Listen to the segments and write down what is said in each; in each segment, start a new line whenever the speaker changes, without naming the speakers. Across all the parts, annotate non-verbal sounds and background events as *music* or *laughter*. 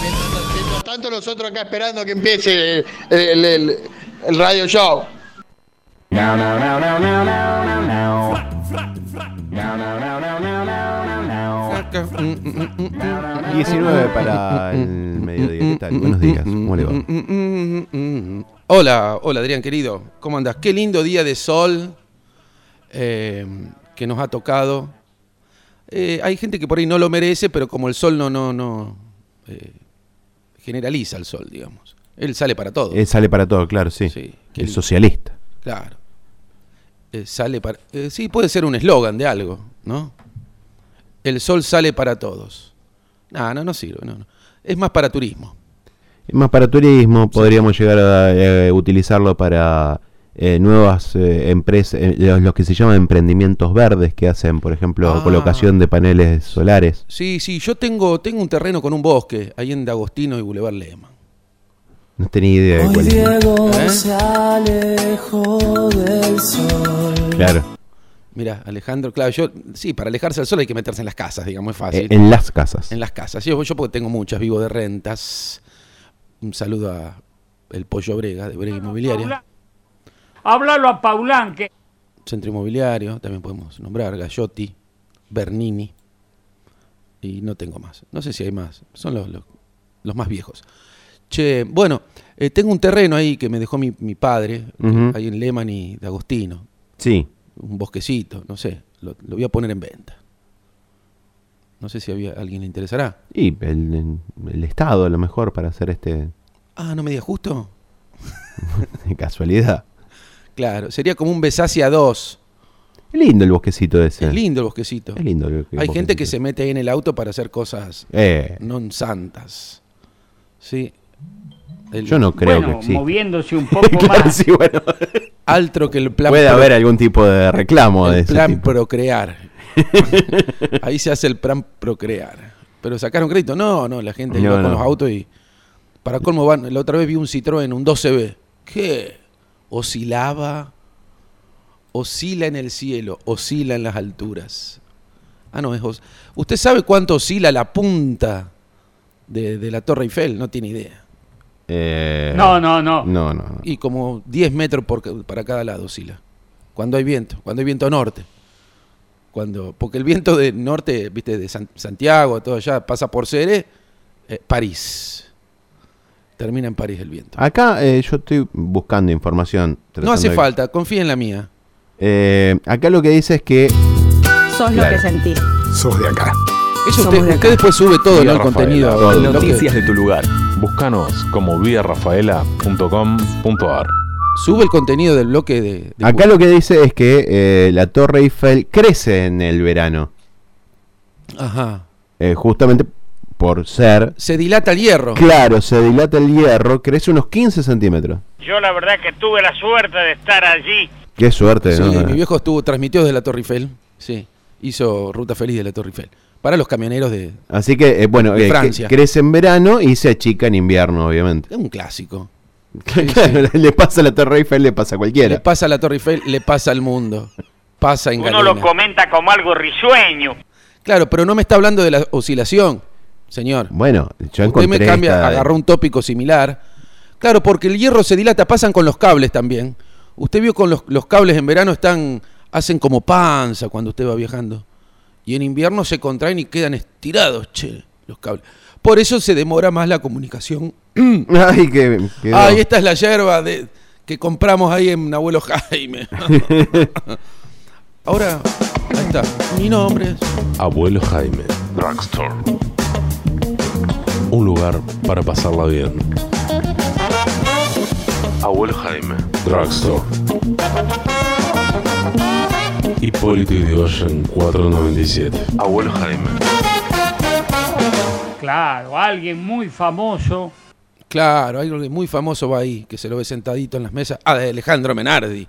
mientras, mientras tanto nosotros acá esperando que empiece el, el- el- el radio show.
Now, now, now, now, now, now, now, now. Now, now, now, now, now, now, now, now.
19
*laughs*
para el mediodía. ¿Qué tal? Buenos días. ¿Cómo le va?
Mm, Hola, hola Adrián querido, ¿cómo andás? Qué lindo día de sol eh, que nos ha tocado. Eh, hay gente que por ahí no lo merece, pero como el sol no, no, no eh, generaliza el sol, digamos. Él sale para todo.
Él Eh, sale para todo, claro, sí.
Sí, qué
el
lindo.
socialista.
Claro. Eh, sale para. eh, sí, puede ser un eslogan de algo, ¿no? El sol sale para todos. No, no, no sirve. No, no. Es más para turismo.
Más para turismo, podríamos llegar a eh, utilizarlo para eh, nuevas eh, empresas, eh, los, los que se llaman emprendimientos verdes que hacen, por ejemplo,
Ah.
colocación de paneles solares.
Sí, sí, yo tengo, tengo un terreno con un bosque ahí en D'Agostino y Boulevard Lehman.
No tenía idea de
Hoy
cuál es.
Diego
¿Eh?
se alejó del sol.
Claro,
Mira, Alejandro, claro, yo. Sí, para alejarse del sol hay que meterse en las casas, digamos, es fácil.
eh, en las casas.
Ah, En las casas. Yo, yo porque tengo muchas, vivo de rentas. Un saludo a el Pollo Brega, de Brega Inmobiliaria.
Háblalo a Paulán, que
Centro Inmobiliario, también podemos nombrar Gallotti, Bernini. Y no tengo más. No sé si hay más. Son los, los- los más viejos. Che, bueno, eh, tengo un terreno ahí que me dejó mi, mi padre,
Ujú.
ahí en Lehman y de Agostino.
Sí,
Un bosquecito, no sé. Lo, lo voy a poner en venta. No sé si había, alguien le interesará.
y el, el Estado a lo mejor para hacer este *laughs*
Ah, no me digas justo.
casualidad.
Claro, sería como un Besacia 2.
Es lindo el bosquecito ese.
Es lindo el bosquecito.
Es lindo el
Hay gente que
bosquecito.
se mete ahí en el auto para hacer cosas
Eh,
non santas. Sí. El-
yo no creo
bueno,
que exista. *laughs*
moviéndose un poco
Claro,
más.
sí, bueno.
Altro que el plan,
Puede
pro-
haber algún tipo de reclamo
el
de ese
plan
tipo. *laughs*
procrear. ahí se hace el plan procrear. Pero sacaron crédito. No, no, la gente
No,
iba
no.
con los autos y. Para colmo van. La otra vez vi un Citroën, un 12B. ¿Qué? Oscilaba. Oscila en el cielo, oscila en las alturas. Ah, no, es. os- ¿Usted sabe cuánto oscila la punta de, de la Torre Eiffel? No tiene idea.
Eh,
No, no, no.
No, no, no.
y como 10 metros por ca- para cada lado oscila. Cuando hay viento, cuando hay viento norte. Cuando, porque el viento de norte, viste, de San- Santiago, todo allá, pasa por Ceres, eh, París. Termina en París el viento.
Acá eh, yo estoy buscando información.
No
tratando
hace
de-
falta, confía en la mía.
Eh, acá lo que dice es que.
Sos
Claro.
lo que sentí.
Sos de acá.
Eso
Somos
usted,
de acá.
usted después sube todo ¿no? el contenido.
todo.
lo que-
Noticias de tu lugar. Búscanos como viarafaela.com.ar.
sube el contenido del bloque de. de-
Acá lo que dice es que eh, la Torre Eiffel crece en el verano.
Ajá.
eh, justamente por ser.
Se dilata el hierro.
Claro, se dilata el hierro, crece unos 15 centímetros.
Yo la verdad que tuve la suerte de estar allí.
Qué suerte,
Sí,
¿no?
mi viejo estuvo transmitió desde la Torre Eiffel. Sí, hizo ruta feliz de la Torre Eiffel. Para los camioneros de,
Así que, eh, bueno,
De
eh, que-
Francia.
crece en verano y se achica en invierno, obviamente.
Es un clásico.
*laughs* Claro, le pasa a la Torre Eiffel, le pasa a
Le
cualquiera.
pasa a la Torre Eiffel, le pasa al mundo. Pasa en
Uno lo
Galena.
comenta como algo risueño.
Claro, pero no me está hablando de la oscilación, señor.
Bueno, yo
Usted
encontré
me cambia,
esta-
agarró un tópico similar. Claro, porque el hierro se dilata, pasan con los cables también. Usted vio con los, los cables en verano están, hacen como panza cuando usted va viajando. Y en invierno se contraen y quedan estirados, che, los cables. Por eso se demora más la comunicación.
*laughs* Ay, que quedó.
Ay, este- esta es la yerba de, que compramos ahí en Abuelo Jaime.
*laughs*
Ahora, ahí está. Mi nombre es.
Abuelo Jaime Drugstore. Un lugar para pasarla bien. Abuelo Jaime Drugstore. Hipólito Yrigoyen 497. Abuelo Jaime.
Claro, alguien muy famoso.
Claro, hay alguien muy famoso va ahí, que se lo ve sentadito en las mesas. Ah, de Alejandro Menardi,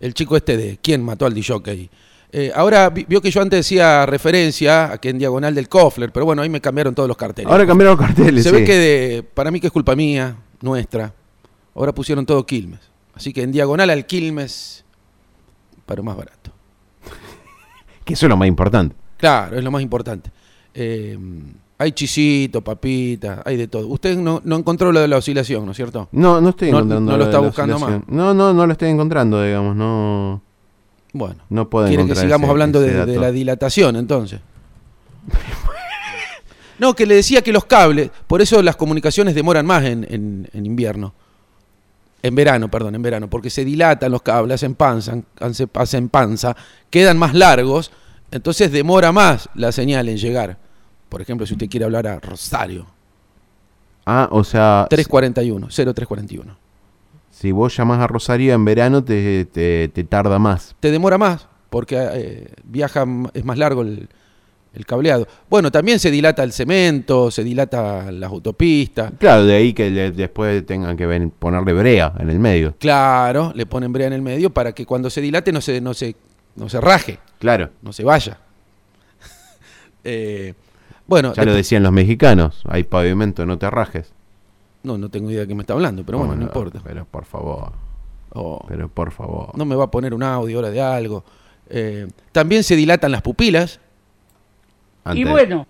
el chico este de ¿Quién mató al DJ? Eh, ahora, vi- vio que yo antes decía referencia a que en diagonal del Kofler, pero bueno, ahí me cambiaron todos los carteles.
Ahora cambiaron los carteles.
se
sí.
ve que de- para mí que es culpa mía, nuestra. Ahora pusieron todo Quilmes. Así que en diagonal al Quilmes, pero más barato.
Que eso es lo más importante.
Claro, es lo más importante. Eh, hay chisito, papita, hay de todo. Usted no, no encontró lo de la oscilación, ¿no es cierto?
No, no estoy
No-
encontrando.
no lo
de
está
la
buscando
oscilación. No, no, no lo estoy encontrando, digamos. No,
Bueno.
no puedo
¿Quieren que
encontrar
sigamos
ese-
hablando
ese
de, de
dato.
la dilatación entonces? *laughs* No, que le decía que los cables, por eso las comunicaciones demoran más en, en- en invierno. En verano, perdón, en verano, porque se dilatan los cables, hacen panza, hacen, hacen panza, quedan más largos, entonces demora más la señal en llegar. Por ejemplo, si usted quiere hablar a Rosario,
Ah, o sea,
341, 0341.
si vos llamás a Rosario en verano, te, te- te tarda más.
te demora más porque eh, viaja, m- es más largo el, el cableado. Bueno, también se dilata el cemento, se dilata las autopistas.
Claro, de ahí que le- después tengan que ven- ponerle brea en el medio.
Claro, le ponen brea en el medio para que cuando se dilate no se, no se, no se raje,
Claro.
no se vaya. *laughs* Eh, bueno,
Ya lo
después-
decían los mexicanos, hay pavimento, no te rajes.
no, no tengo idea de qué me está hablando, pero bueno, no, importa.
Pero por favor,
Oh,
pero por favor.
no me va a poner un audio ahora de algo. Eh, también se dilatan las pupilas.
Y
Ante,
bueno,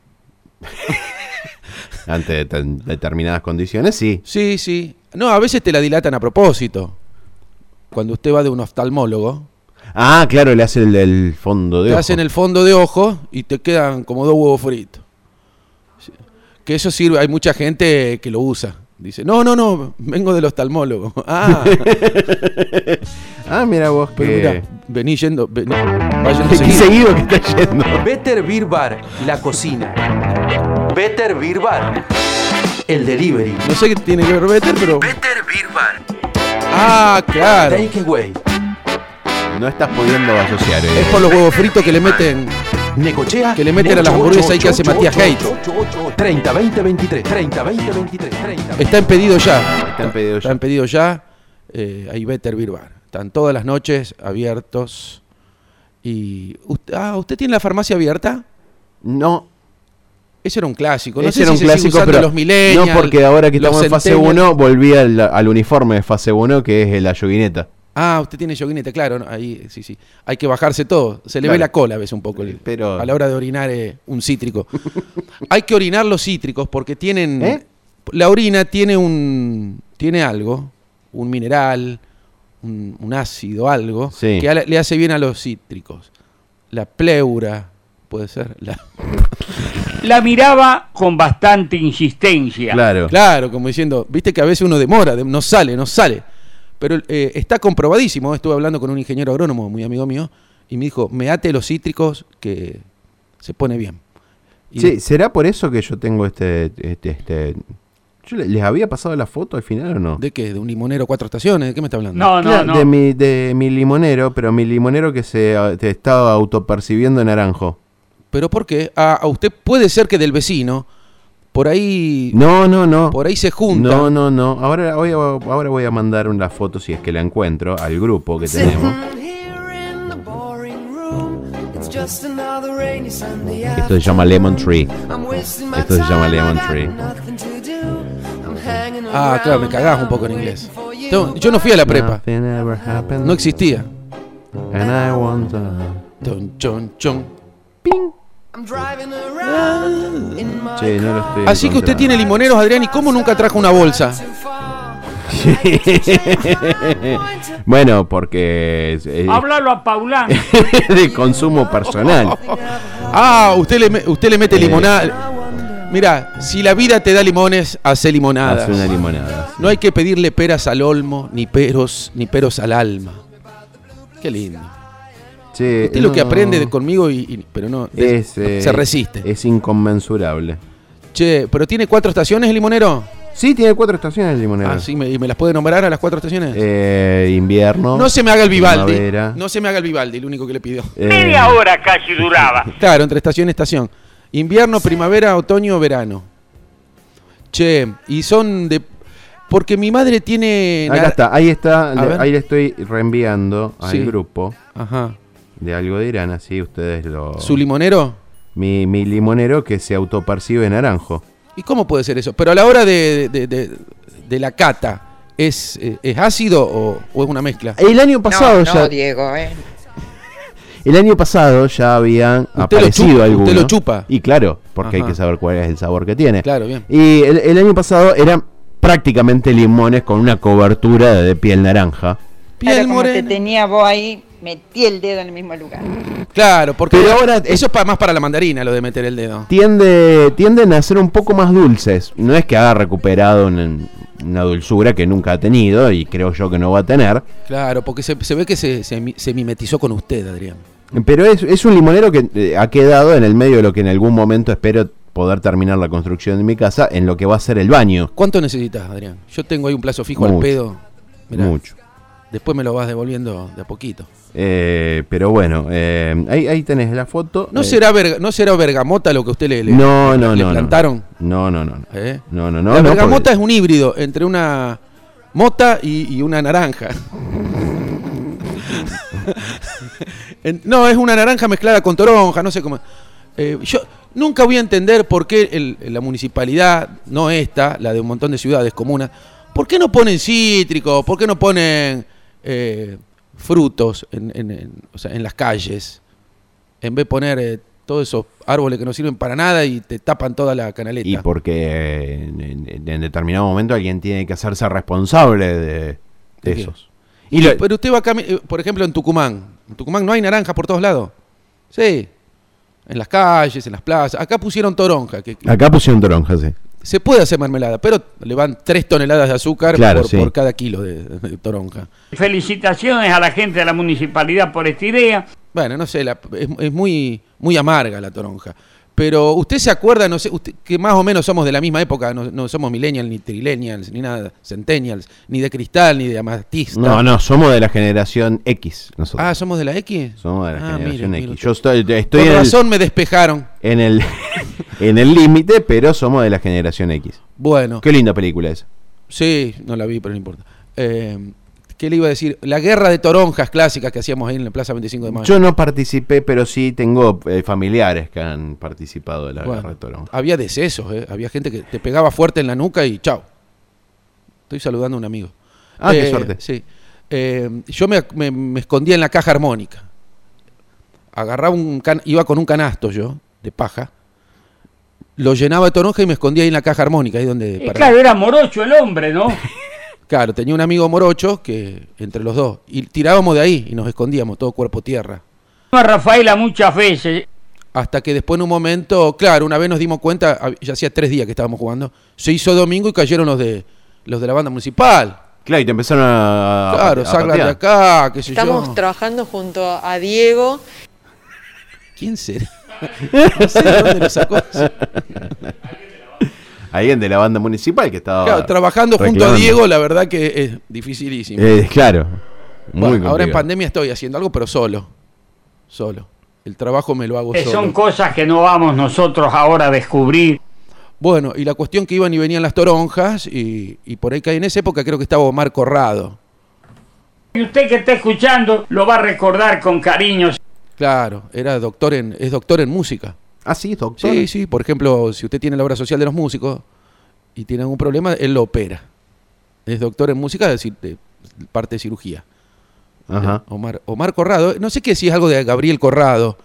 ante deten- determinadas condiciones, sí.
Sí, sí. No, a veces te la dilatan a propósito. Cuando usted va de un oftalmólogo,
Ah, claro, le hacen el, el fondo de
te
ojo.
hacen el fondo de ojo y te quedan como dos huevos fritos. Que eso sirve, hay mucha gente que lo usa. Dice, no, no, no, vengo del oftalmólogo. *laughs*
*laughs*
Ah,
Eh. Ah, mira vos
pero
que...
mira, vení yendo, vení, va yendo
Qué
seguido.
seguido que está yendo.
Better Beer Bar, la cocina. Better Beer Bar, el delivery.
No sé qué tiene que ver Better, pero...
Better Beer Bar,
Ah, claro. Es
takeaway.
No estás pudiendo asociar. eh.
por los huevos fritos que le meten...
Necochea.
Que le meten a las hamburguesas ahí que hace Matías Haidt.
30 20 23 30 20 23 30
Está en pedido ya.
Está en pedido ya.
Está en pedido ya. Eh, hay Better Beer Bar. Están todas las noches abiertos. Y... usted- ah, ¿usted tiene la farmacia abierta?
No,
Ese era un clásico. No
ese
sé
era
si
un
se sigue
clásico,
usando
pero
los millennials.
no porque ahora que
los
estamos en fase
centennials.
1 volví al, al uniforme de fase 1 que es eh, la yoguineta.
Ah, usted tiene yoguinete, claro. no, ahí sí, sí. Hay que bajarse todo. Se le
Claro.
ve la cola a veces un poco. el-
Pero-
A la hora de orinar eh, un
*laughs*
cítrico. Hay que orinar los cítricos porque tienen...
¿Eh?
La orina tiene un... Tiene algo. Un mineral, un, un ácido, algo.
Sí.
Que a la- le hace bien a los cítricos. La pleura, puede ser. La...
la miraba con bastante insistencia.
Claro.
Claro, como diciendo, viste que a veces uno demora, de- no sale, no sale. Pero eh, está comprobadísimo. Estuve hablando con un ingeniero agrónomo, muy amigo mío, y me dijo, me ate los cítricos que se pone bien. Y-
Sí, ¿será por eso que yo tengo este este, este- yo le- les había pasado la foto al final o no?
¿De qué? ¿De un limonero cuatro estaciones? ¿De qué me está hablando?
No, no,
Claro,
no.
De mi de mi limonero, pero mi limonero que se ah, te estaba autopercibiendo naranjo.
¿Pero por qué? Ah, A, a usted puede ser que del vecino, por ahí,
No, no, no.
por ahí se junta.
No, no, no. Ahora voy a, ahora voy a mandar una foto si es que la encuentro al grupo que tenemos.
*laughs*
Esto se llama Lemon Tree. Esto se llama Lemon Tree.
Ah, claro, me cagás un poco en inglés. Tengo- yo no fui a la prepa,
Nothing ever happened,
no existía.
and I want a-
Chon, chon, chon.
Che, no lo estoy
Así que usted tiene limoneros, Adrián, ¿y cómo nunca trajo una bolsa?
encontrando. bueno, porque es, es
Háblalo a Paulán.
*laughs* de
*laughs*
consumo personal.
Ah, usted le, me- usted le
Eh.
mete limonada. Mira, si la vida te da limones, hace limonadas.
Hace una limonada. sí.
No hay que pedirle peras al olmo, ni peros, ni peros al alma. Qué lindo.
Che,
Usted lo que
Eh, no,
aprende de conmigo y, y- pero no de-
es, eh,
se resiste.
Es inconmensurable.
Che, pero tiene cuatro estaciones el limonero.
Sí, tiene cuatro estaciones el limonero.
Ah, sí, me- y me las puede nombrar a las cuatro estaciones.
Eh, invierno.
no se me haga el Vivaldi.
primavera,
No se me haga el Vivaldi, lo único que le pido.
eh,
Media hora casi duraba.
Claro, entre estación y estación. Invierno, primavera, otoño, verano. Che, y son de. Porque mi madre tiene.
Acá
nada-
está, ahí está,
A
le-
ver.
ahí le estoy reenviando al
Sí.
grupo
Ajá.
de algo de Irán, así ustedes lo...
¿Su limonero?
mi, mi limonero que se autopercibe naranjo.
¿Y cómo puede ser eso? Pero a la hora de, de- de- de la cata, ¿Es, eh, es ácido o, o es una mezcla?
El año pasado
no,
ya.
no, Diego, ¿eh?
El año pasado ya habían
lo
aparecido
chupa, usted
algunos.
lo chupa.
Y claro, porque hay
Ajá.
que saber cuál es el sabor que tiene.
Claro, bien.
Y el, el año pasado eran prácticamente limones con una cobertura de piel naranja.
Piel
Claro, como te
morena.
tenía vos ahí, metí el dedo en el mismo lugar.
Claro, porque
Pero ahora-
eso es pa- más para la mandarina, lo de meter el dedo.
Tiende, tienden a ser un poco más dulces. No es que haya recuperado una, una dulzura que nunca ha tenido y creo yo que no va a tener.
Claro, porque se, se ve que se, se mi- se mimetizó con usted, Adrián.
Pero es, es un limonero que eh, ha quedado en el medio de lo que en algún momento espero poder terminar la construcción de mi casa, en lo que va a ser el baño.
¿Cuánto necesitas, Adrián? Yo tengo ahí un plazo fijo al
Mucho.
pedo. Mirá,
Mucho.
Después me lo vas devolviendo de a poquito.
Eh, pero bueno, eh, ahí, ahí tenés la foto.
¿No,
Eh,
será verga- ¿No será bergamota lo que usted le, le-
no, no,
le
no, no.
plantaron?
No, no, no. no.
¿Eh?
No, no, no.
la
no,
bergamota
porque-
es un híbrido entre una mota y, y una
*laughs*
naranja. En- no, es una naranja mezclada con toronja, no sé cómo. Eh, yo nunca voy a entender por qué el- la municipalidad, no esta, la de un montón de ciudades, comunas, ¿por qué no ponen cítricos? ¿Por qué no ponen eh, frutos en, en- en- o sea, en las calles? En vez de poner eh, todos esos árboles que no sirven para nada y te tapan toda la canaleta.
Y porque eh, en, en- en determinado momento alguien tiene que hacerse responsable de,
¿De
de
qué?
esos. Y lo-
Pero usted va a cami- eh, por ejemplo, en Tucumán. En Tucumán no hay naranja por todos lados. Sí. En las calles, en las plazas. Acá pusieron toronja. Que, que
acá pusieron toronja, sí.
Se puede hacer mermelada, pero le van tres toneladas de azúcar
Claro,
por,
sí.
por cada kilo de, de toronja.
Felicitaciones a la gente de la municipalidad por esta idea.
Bueno, no sé, la- es, es muy, muy amarga la toronja. Pero usted se acuerda, no sé, usted- que más o menos somos de la misma época, no, no somos millennials, ni trilenials, ni nada, centennials, ni de cristal, ni de amatista.
No, no, somos de la generación X nosotros.
Ah, ¿somos de la X?
somos de la
Ah, mire,
generación
mire
X.
usted.
Yo estoy, estoy
Con
en, el-
razón me despejaron.
en el *laughs* en el límite, pero somos de la generación X.
Bueno.
Qué linda película esa.
Sí, no la vi, pero no importa. Eh, ¿Qué le iba a decir? La guerra de toronjas clásicas que hacíamos ahí en la Plaza 25 de Mayo.
Yo no participé, pero sí tengo eh, familiares que han participado de la
Bueno,
guerra de toronja.
había decesos, ¿eh? había gente que te pegaba fuerte en la nuca y chao. Estoy saludando a un amigo.
Ah, qué
Eh,
suerte.
Sí. Eh, yo me, me- me escondía en la caja armónica. Agarraba un can- iba con un canasto yo, de paja. Lo llenaba de toronja y me escondía ahí en la caja armónica, ahí donde.
Eh,
para-
claro, era morocho el hombre, ¿no?
Claro, tenía un amigo morocho que entre los dos. Y tirábamos de ahí y nos escondíamos, todo cuerpo tierra.
A Rafaela muchas veces.
Hasta que después en un momento, claro, una vez nos dimos cuenta, hab- ya hacía tres días que estábamos jugando, se hizo domingo y cayeron los de los de la banda municipal.
Claro, y te empezaron a.
claro,
Ah, a
sácate de
patear.
acá, qué sé
Estamos
yo.
trabajando junto a Diego.
¿Quién será? *laughs* no sé de dónde lo sacó.
Ah, Alguien de la banda municipal que estaba.
Claro, trabajando junto a
reclamando.
Diego, la verdad que es dificilísimo.
Eh, claro. Muy
Bueno, ahora en
complicado.
pandemia estoy haciendo algo, pero solo. Solo. El trabajo me lo hago
que
solo.
eh, son cosas que no vamos nosotros ahora a descubrir.
Bueno, y la cuestión que iban y venían las toronjas, y, y por ahí que en esa época creo que estaba Omar Corrado.
Y usted que está escuchando lo va a recordar con cariño.
Claro, era doctor en, es doctor en música.
Ah, sí, doctor.
Sí, sí, por ejemplo, si usted tiene la obra social de los músicos y tiene algún problema, él lo opera. Es doctor en música, es decir, de parte de cirugía.
Ajá.
Omar, Omar Corrado, no sé qué si es algo de Gabriel Corrado,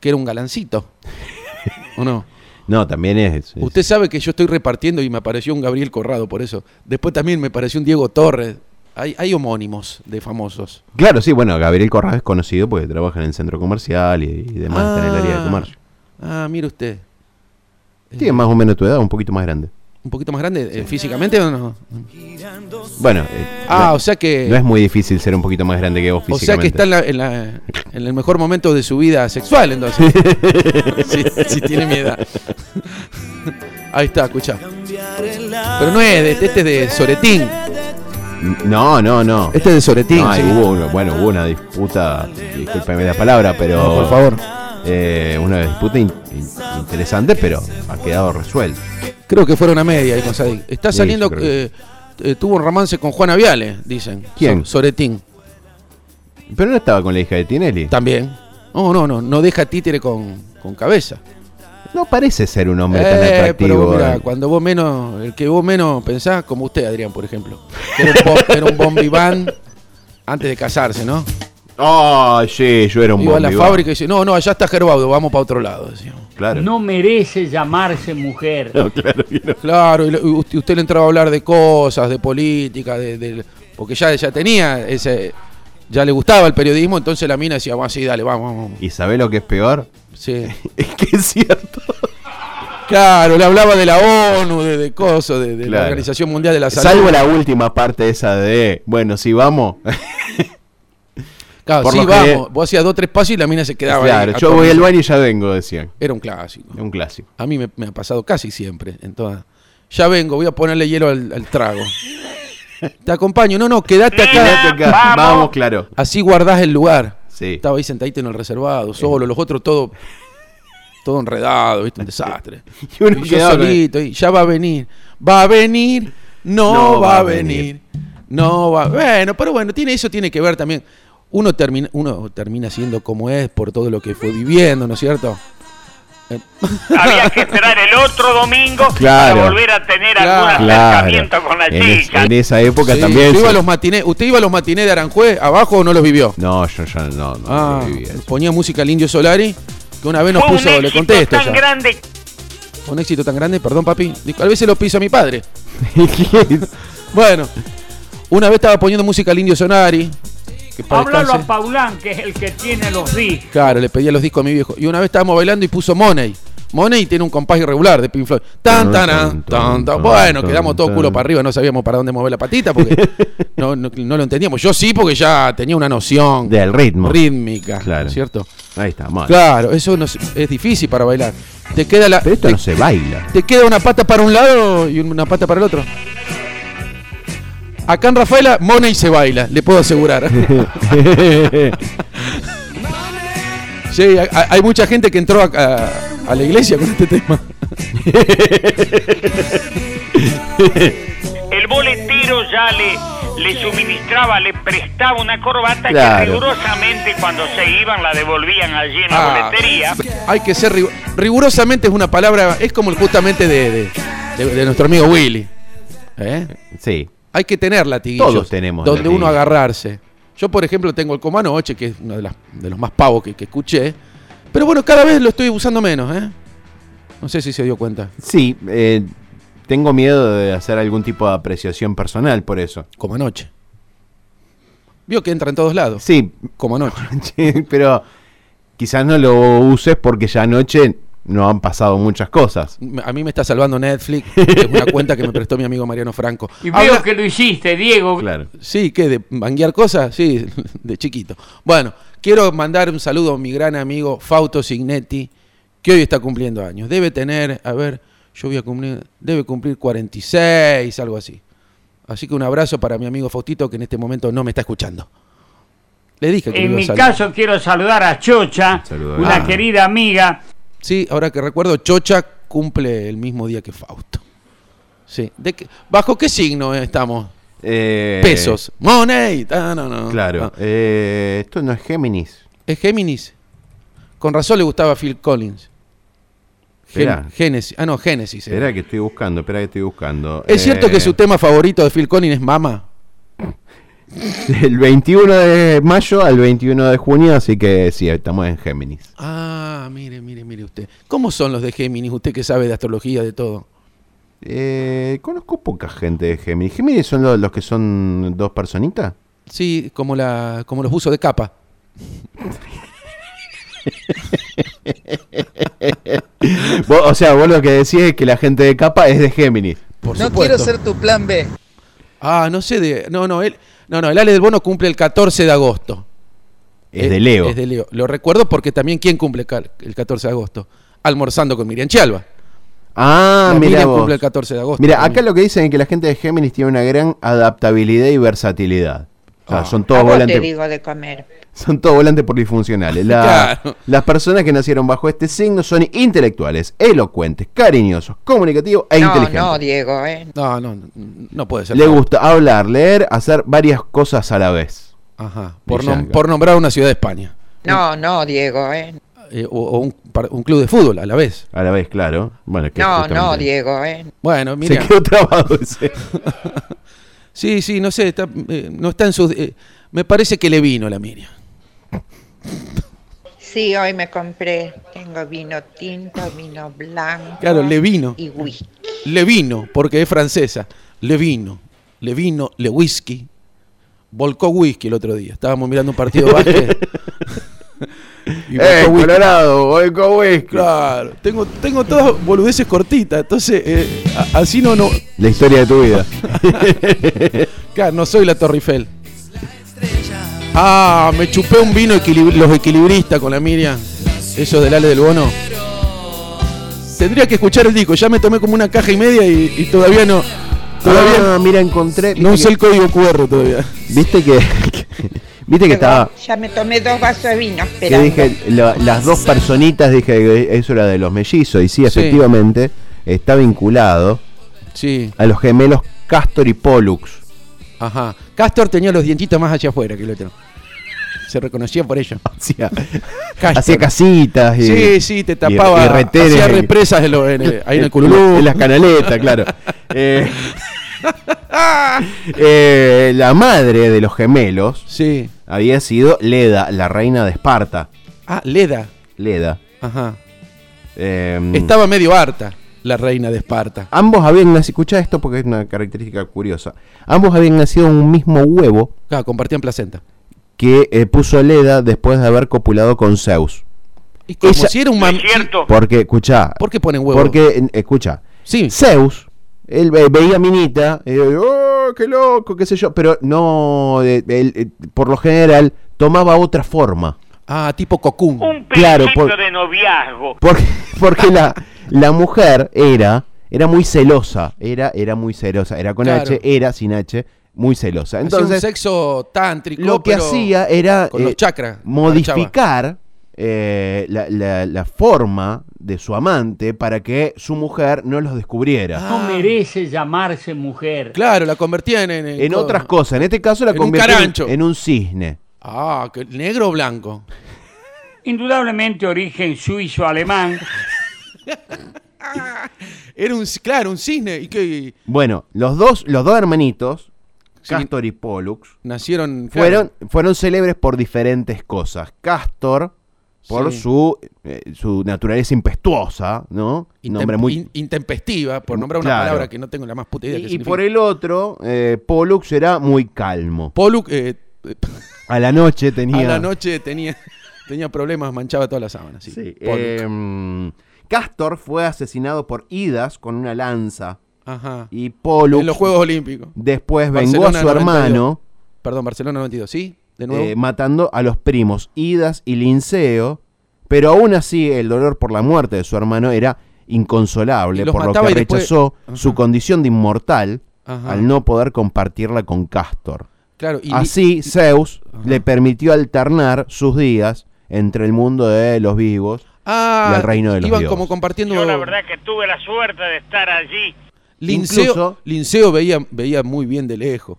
que era un galancito. ¿O no?
No, también es. es-
Usted sabe que yo estoy repartiendo y me apareció un Gabriel Corrado por eso. Después también me apareció un Diego Torres. Hay, hay homónimos de famosos.
Claro, sí, bueno, Gabriel Corrado es conocido porque trabaja en el centro comercial y, y demás, está en el área de comercio.
Ah, mire usted. eh.
Tiene más o menos tu edad, un poquito más grande.
¿Un poquito más grande? eh, ¿Físicamente o no?
Bueno, eh,
Ah,
no-
o sea que.
no es muy difícil ser un poquito más grande que vos
O sea
físicamente.
que está en, la- en la- en el mejor momento de su vida sexual, *laughs* entonces. si, si tiene miedo. Ahí está, escucha. Pero no es, de, este es de Soretín.
No, no, no.
Este es de Soretín.
No,
sí.
hubo, una- bueno, hubo una disputa, discúlpeme la palabra, pero.
No, por favor.
eh, una disputa in- in- interesante, pero ha quedado resuelto.
Creo que fueron a media ahí con Sadik. Está
Eh, Sí,
saliendo.
yo creo que
eh, eh, tuvo un romance con Juana Viale, dicen.
¿Quién?
So- Soretín.
Pero no estaba con la hija de Tinelli.
También. No, no, no. No deja títere con, con cabeza.
No parece ser un hombre tan
Eh, pero
atractivo.
vos mirá,
eh.
cuando vos menos, el que vos menos pensás, como usted, Adrián, por ejemplo. Que era un, bo- era un bombiván antes de casarse, ¿no?
Ah, sí, yo era un
Iba a la
bombiván.
fábrica y dice, no, no, allá está Gerbaudo, vamos para otro lado. decíamos.
Claro.
No merece llamarse mujer. *laughs*
Claro, y lo- y usted, usted le entraba a hablar de cosas, de política, de, de- porque ya, ya tenía ese... Ya le gustaba el periodismo, entonces la mina decía, bueno, sí, dale, vamos, vamos.
¿Y sabés lo que es peor? *laughs*
Sí.
Es que es cierto.
Claro, le hablaba de la ONU, de, de cosas, de, de
Claro.
la Organización Mundial de la Salud.
Salvo la última parte esa de, bueno, si vamos.
Ah,
*laughs*
Claro,
por
sí,
lo
vamos.
que-
Vos hacías dos, tres pasos y la mina se quedaba ahí,
claro,
a
yo
comer.
voy al baño y ya vengo, decían.
Era un clásico.
Un clásico.
A mí me, me ha pasado casi siempre. En todas. Ya vengo, voy a ponerle hielo al, al trago. Te acompaño. No, no, quédate
*laughs*
acá.
Acá, Este Vamos. claro.
Así guardás el lugar.
Sí.
Estaba ahí sentadito en el reservado, solo. Los otros todo, todo enredado, ¿viste? Un desastre.
Y uno
Y yo
quedaba con el-
solito, y ya va a venir. Va a venir, no, va, a venir. No va. Bueno, pero bueno, tiene eso tiene que ver también. Uno termina, uno termina siendo como es por todo lo que fue viviendo, ¿no es cierto? Eh,
Había que esperar el otro domingo
Claro.
para volver a tener algún acercamiento
Claro.
con la
En, es-
chica.
en esa época
sí,
también.
yo iba a
se-
los matinés- ¿Usted iba a los matinés de Aranjuez abajo o no los vivió?
No, yo ya no, no eh.
Ah,
vivía.
ponía música al Indio Solari, que una vez nos
Fue un
puso, le
éxito
contesto.
tan
ya.
grande
Un éxito tan grande, perdón papi. Dijo, A veces lo piso a mi *laughs* padre. bueno, una vez estaba poniendo música al Indio Solari. Que para
Háblalo a
descanse.
Paulán, que es el que tiene los discos.
Claro, le pedía los discos a mi viejo. Y una vez estábamos bailando y puso Money. Money tiene un compás irregular de Pink Floyd. Tan, tan, tan, tan, tan. Bueno, quedamos todo culo para arriba, no sabíamos para dónde mover la patita *laughs* porque no, no- no lo entendíamos. Yo sí, porque ya tenía una noción
Del ritmo.
rítmica,
Claro.
¿no es ¿cierto?
Ahí está, mal.
Claro, eso no se- es difícil para bailar. Te queda la,
Pero esto
te-
no se
*laughs*
baila. *laughs*
te queda una pata para un lado y una pata para el otro. Acá en Rafaela, Money se baila, le puedo asegurar. Sí, hay, hay mucha gente que entró a, a- a la iglesia con este tema.
El boletero ya le, le suministraba, le prestaba una corbata que
Claro.
rigurosamente cuando se iban la devolvían allí en la
Ah,
boletería.
hay que ser rigu- rigurosamente es una palabra, es como el justamente de, de- de- de nuestro amigo Willy. ¿Eh?
*laughs* Sí.
Hay que tener latiguillos.
Todos tenemos
Donde uno
latiguillos.
agarrarse. Yo, por ejemplo, tengo el Comanoche, que es uno de, las- de los más pavos que, que escuché. Pero bueno, cada vez lo estoy usando menos, ¿eh? No sé si se dio cuenta.
Sí, eh, tengo miedo de hacer algún tipo de apreciación personal por eso.
Comanoche. Vio que entra en todos lados.
Sí, *laughs*
Comanoche.
Sí, pero quizás no lo uses porque ya anoche no han pasado muchas cosas.
Me- A mí me está salvando Netflix, que es una cuenta que me prestó mi amigo Mariano Franco.
*laughs* Y
Habla-
veo que lo hiciste, Diego.
Claro.
Sí, ¿qué? ¿De banguear cosas? Sí, *laughs* de chiquito. Bueno, quiero mandar un saludo a mi gran amigo Fausto Signetti, que hoy está cumpliendo años. Debe tener, a ver, yo voy a cumplir, debe cumplir 46, algo así. Así que un abrazo para mi amigo Faustito, que en este momento no me está escuchando. Le dije que le
En
iba a
mi
saludar.
caso quiero saludar a Chocha,
Saludo a
una
Ana.
querida amiga.
Sí, ahora que recuerdo, Chocha cumple el mismo día que Fausto. Sí. ¿De qué- ¿Bajo qué signo estamos?
Eh,
Pesos. Money. Ah, no, no.
Claro.
No.
Eh, esto no es Géminis.
Es Géminis. Con razón le gustaba Phil Collins. Gen-
Esperá.
Génesis. Ah, no, Génesis. era.
Espera que estoy buscando, espera que estoy buscando.
¿Es cierto
Eh,
que su tema favorito de Phil Collins es Mama?
Del 21 de mayo al 21 de junio, así que sí, estamos en Géminis.
Ah, mire, mire, mire usted. ¿Cómo son los de Géminis? Usted que sabe de astrología, de todo.
Eh, conozco poca gente de Géminis. ¿Géminis son los, los que son dos personitas?
Sí, como, la, como los buzos de capa.
*laughs* Vos- o sea, vos lo que decís es que la gente de capa es de Géminis.
Por no quiero ser tu plan B. Ah, no sé de. No, no, él. No, no, el Ale del Bono cumple el 14 de agosto.
Es de Leo.
Es de Leo. Lo recuerdo porque también, ¿quién cumple cal- el 14 de agosto? Almorzando con Miriam Chialba.
Ah,
La
mira
Miriam
vos.
cumple el 14 de agosto.
Mira, acá
también.
lo que dicen es que la gente de Géminis tiene una gran adaptabilidad y versatilidad. O sea,
Ah.
son
A
todos
vos te
volantes,
digo de comer.
*laughs* son todos volantes polifuncionales. La-
Claro.
Las personas que nacieron bajo este signo son intelectuales, elocuentes, cariñosos, comunicativos e
No, no,
inteligentes.
Diego, ¿eh?
No, no, no, no puede ser.
Le gusta hablar, leer, hacer varias cosas a la vez.
Ajá. Por,
Villanca.
nom- por nombrar una ciudad de España.
No, no, Diego, ¿eh?
eh, o, o un, par- un club de fútbol a la vez.
A la vez, claro. Bueno, que
No, no,
justamente-
Diego, ¿eh?
Bueno,
Se
mira.
quedó trabado ese.
sí, sí, no sé, está, eh, no está en sus... eh, me parece que le vino la Miriam.
Sí, hoy me compré. Tengo vino tinto, vino blanco.
Claro, le vino.
Y whisky.
Le vino, porque es francesa. Le vino, le vino, le whisky. Volcó whisky el otro día. Estábamos mirando un partido de
*laughs*
básquet. *laughs* *laughs* Y
¡Eh,
volcó whisky.
Colorado! voy con whisky.
Claro, tengo, tengo todas boludeces cortitas, entonces eh, a- así no, no,
La historia de tu vida.
Claro, no soy la Torre Eiffel. Ah, me chupé un vino equilib- los equilibristas con la Miriam. Eso del Ale del Bono. Tendría que escuchar el disco. Ya me tomé como una caja y media y, y todavía no. *laughs* Todavía
Ah, mira, encontré.
no usé
viste
el código QR todavía.
que- Viste que. *laughs* Viste que estaba.
Ya me tomé dos vasos de vino
Que
esperando.
dije, la- las dos personitas, dije que eso era de los mellizos. Y sí, efectivamente, está vinculado
Sí,
a los gemelos Castor y Pollux. *laughs*
ajá. Castor tenía los dientitos más allá afuera que el otro. Se reconocía por ello.
Hacía,
Castor.
hacía casitas. Y,
Sí, sí, te
y-
tapaba.
y retenes
hacía
en-
represas en lo- en- ahí en el
*laughs* En
cululú.
las
*laughs*
canaletas, claro. Eh,
Ah.
eh, la madre de los gemelos
Sí.
había sido Leda, la reina de Esparta.
Ah, Leda.
Leda.
Ajá.
Eh,
Estaba medio harta la reina de Esparta.
Ambos habían nacido. Escucha esto porque es una característica curiosa. Ambos habían nacido en un mismo huevo
Claro, compartían placenta.
que eh, puso Leda después de haber copulado con Zeus.
Y como
Esa-
si era un
No
mam...
es cierto.
Porque, escucha.
¿Por qué ponen huevo?
Porque, eh, escucha.
Sí,
Zeus, él ve- veía a Minita, y, oh, qué loco, qué sé yo, pero no, eh, él, eh, por lo general, tomaba otra forma.
ah, tipo cocún.
Un
Claro,
principio
por-
de noviazgo.
Porque, porque la, la mujer era, era muy celosa, era, era muy celosa, era con
Claro.
H, era sin H, muy celosa.
Entonces, un
Entonces,
sexo tántrico.
lo que
pero
hacía era eh,
con los chakras,
modificar eh, la, la- la forma de su amante para que su mujer no los descubriera.
Ah,
No merece llamarse mujer.
Claro, la convertían en.
en otras cosas. En este caso la
En un
convirtió
carancho.
en un cisne.
Ah, que negro o blanco.
Indudablemente origen suizo-alemán.
Era un. Claro, un cisne. Y que y
Bueno, los dos, los dos hermanitos,
Sí.
Castor y Pollux,
nacieron. claro,
fueron, fueron célebres por diferentes cosas. Castor, por
Sí.
su, eh, su naturaleza impetuosa, ¿no? Un
intem-
hombre muy...
in- intempestiva, por nombrar una
Claro.
palabra que no tengo la más puta idea.
y, y por el otro, eh, Pollux era muy calmo.
Poluk eh,
A la noche
a
tenía...
la noche tenía, *laughs* tenía problemas, manchaba todas las sábanas. Sí,
Sí,
Poluk.
eh, Castor fue asesinado por Idas con una lanza.
Ajá.
Y Pollux
En los Juegos Olímpicos.
después vengó a
Barcelona
su
92.
hermano.
Perdón, Barcelona 92, ¿sí? De nuevo.
eh, matando a los primos Idas y Linceo, pero aún así el dolor por la muerte de su hermano era
Y
inconsolable,
los
por lo
mataba
que
y después-
rechazó
Ajá.
su condición de inmortal
Ajá.
al no poder compartirla con Castor.
claro, y,
Así Zeus
Ajá.
le permitió alternar sus días entre el mundo de los vivos.
Ah,
y al reino de los
iban
dioses.
como compartiendo.
Yo la verdad que tuve la suerte de estar allí.
Linceo,
Incluso-
Linceo veía, veía muy bien de lejos.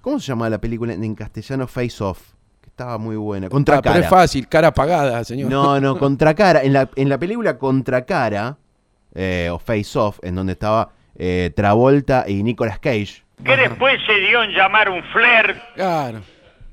¿Cómo se llamaba la película en castellano Face Off? Que estaba muy buena.
Ah,
Contra
pero es fácil, cara apagada, señor.
No, no, Contracara. En la, en la película Contracara, eh, o Face Off, en donde estaba eh, Travolta y Nicolas Cage,
Que después se dio en llamar un flair.
Claro.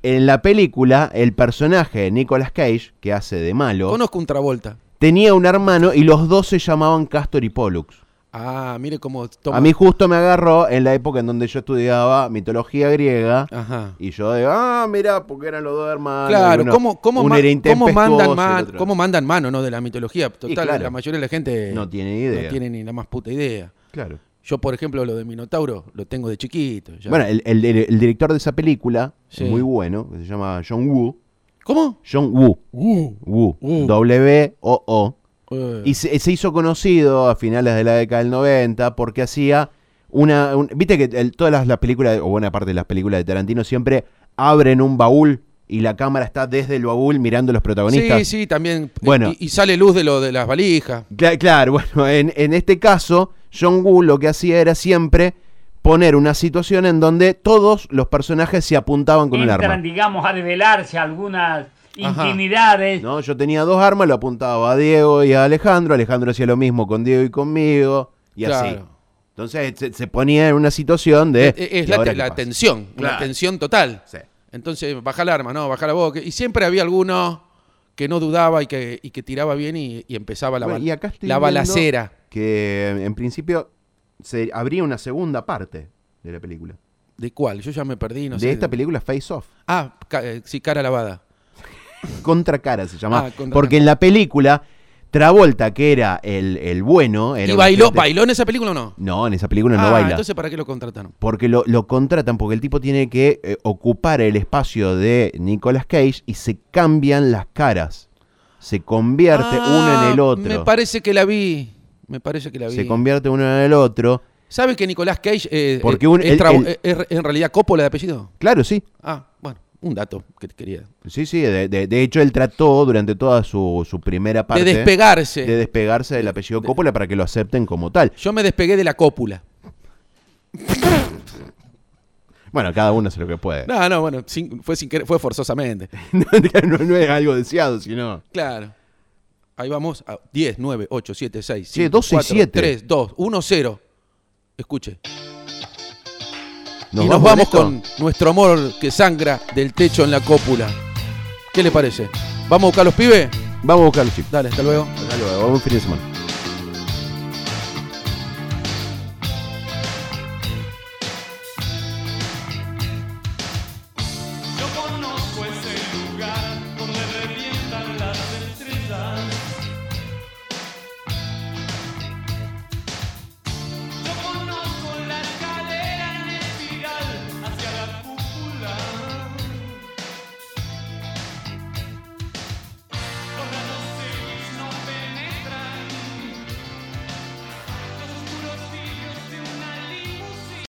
en la película el personaje de Nicolas Cage, que hace de malo,
Conozco un Travolta.
tenía un hermano y los dos se llamaban Castor y Pollux.
Ah, mire cómo toma.
A mí justo me agarró en la época en donde yo estudiaba mitología griega.
Ajá.
Y yo digo, ah, mira, porque eran los dos hermanos.
Claro,
y uno-
¿cómo, cómo,
uno
ma-
era
cómo mandan
intempestuoso,
man-
el otro-
cómo mandan mano, ¿no? De la mitología. Total,
Y claro.
la mayoría de la gente
No tiene
No
idea.
tiene ni la más puta idea.
Claro.
Yo, por ejemplo, lo de Minotauro lo tengo de chiquito. ya.
Bueno, el, el- el director de esa película,
Sí.
muy bueno, que se llama John Woo.
¿Cómo?
John Woo.
Uh,
Woo.
Woo.
W-O-O.
eh.
Y se, se hizo conocido a finales de la década del 90 porque hacía una... un- Viste que el- todas las, las películas, o buena parte de las películas de Tarantino siempre abren un baúl y la cámara está desde el baúl mirando a los protagonistas.
Sí, sí, también. Eh,
Bueno.
Y, y sale luz de lo de las valijas.
Cla- claro, *laughs* bueno, en, en este caso, John Woo lo que hacía era siempre poner una situación en donde todos los personajes se apuntaban con un
Entran,
arma.
digamos, a develarse algunas
Ajá.
intimidades.
No, yo tenía dos armas, lo apuntaba a Diego y a Alejandro. Alejandro hacía lo mismo con Diego y conmigo. Y así.
Claro.
Entonces eh, se, se ponía en una situación de.
Es, Eh, es
¿y
la, te-
ahora qué
la
pasa?
tensión,
Claro.
una tensión total. Entonces, baja el arma, no, baja la boca. Y siempre había alguno que no dudaba y que, y que tiraba bien y, y empezaba la,
Bueno,
bal-
y acá estoy
la
viendo
balacera.
Que en principio se habría una segunda parte de la película.
¿De cuál? Yo ya me perdí, no
de
sé.
esta película Face Off.
Ah, ca- eh, sí, cara lavada.
Contra cara se llamaba.
Ah, contra
porque
cara.
en la película, Travolta, que era el, el bueno. era
¿Y
un
bailó,
agente-
bailó en esa película o no?
No, en esa película no
ah,
baila.
entonces ¿para qué lo contrataron?
Porque lo, lo contratan, porque el tipo tiene que eh, ocupar el espacio de Nicolas Cage y se cambian las caras. Se convierte uno en el
Ah,
otro.
Me parece que la vi. Me parece que la vi.
se convierte uno en el otro.
¿Sabes que Nicolás Cage eh,
Porque
eh,
un-
es,
el-
trabo-
el-
es- es en realidad Coppola de apellido?
Claro, sí.
Ah, bueno, un dato que quería.
Sí, sí. De, de- de hecho, él trató durante toda su, su primera parte.
despegarse.
De despegarse del apellido Coppola para que lo acepten como tal.
Yo me despegué de la cópula.
Bueno, cada uno hace lo que puede.
No, no, bueno, sin- fue, sin querer- fue forzosamente.
*laughs* No, no- no es algo deseado, sino.
Claro. Ahí vamos. a 10, 9, 8, 7, 6,
Sí, dos y siete.
3, 2, 1, 0. Escuche.
¿Nos
y nos
vamos
vamos
con
con nuestro amor que sangra del techo en la cópula. ¿Qué le parece? ¿Vamos a buscar a los pibes?
Vamos a buscar los
Dale, hasta luego.
Hasta luego, buen fin de semana.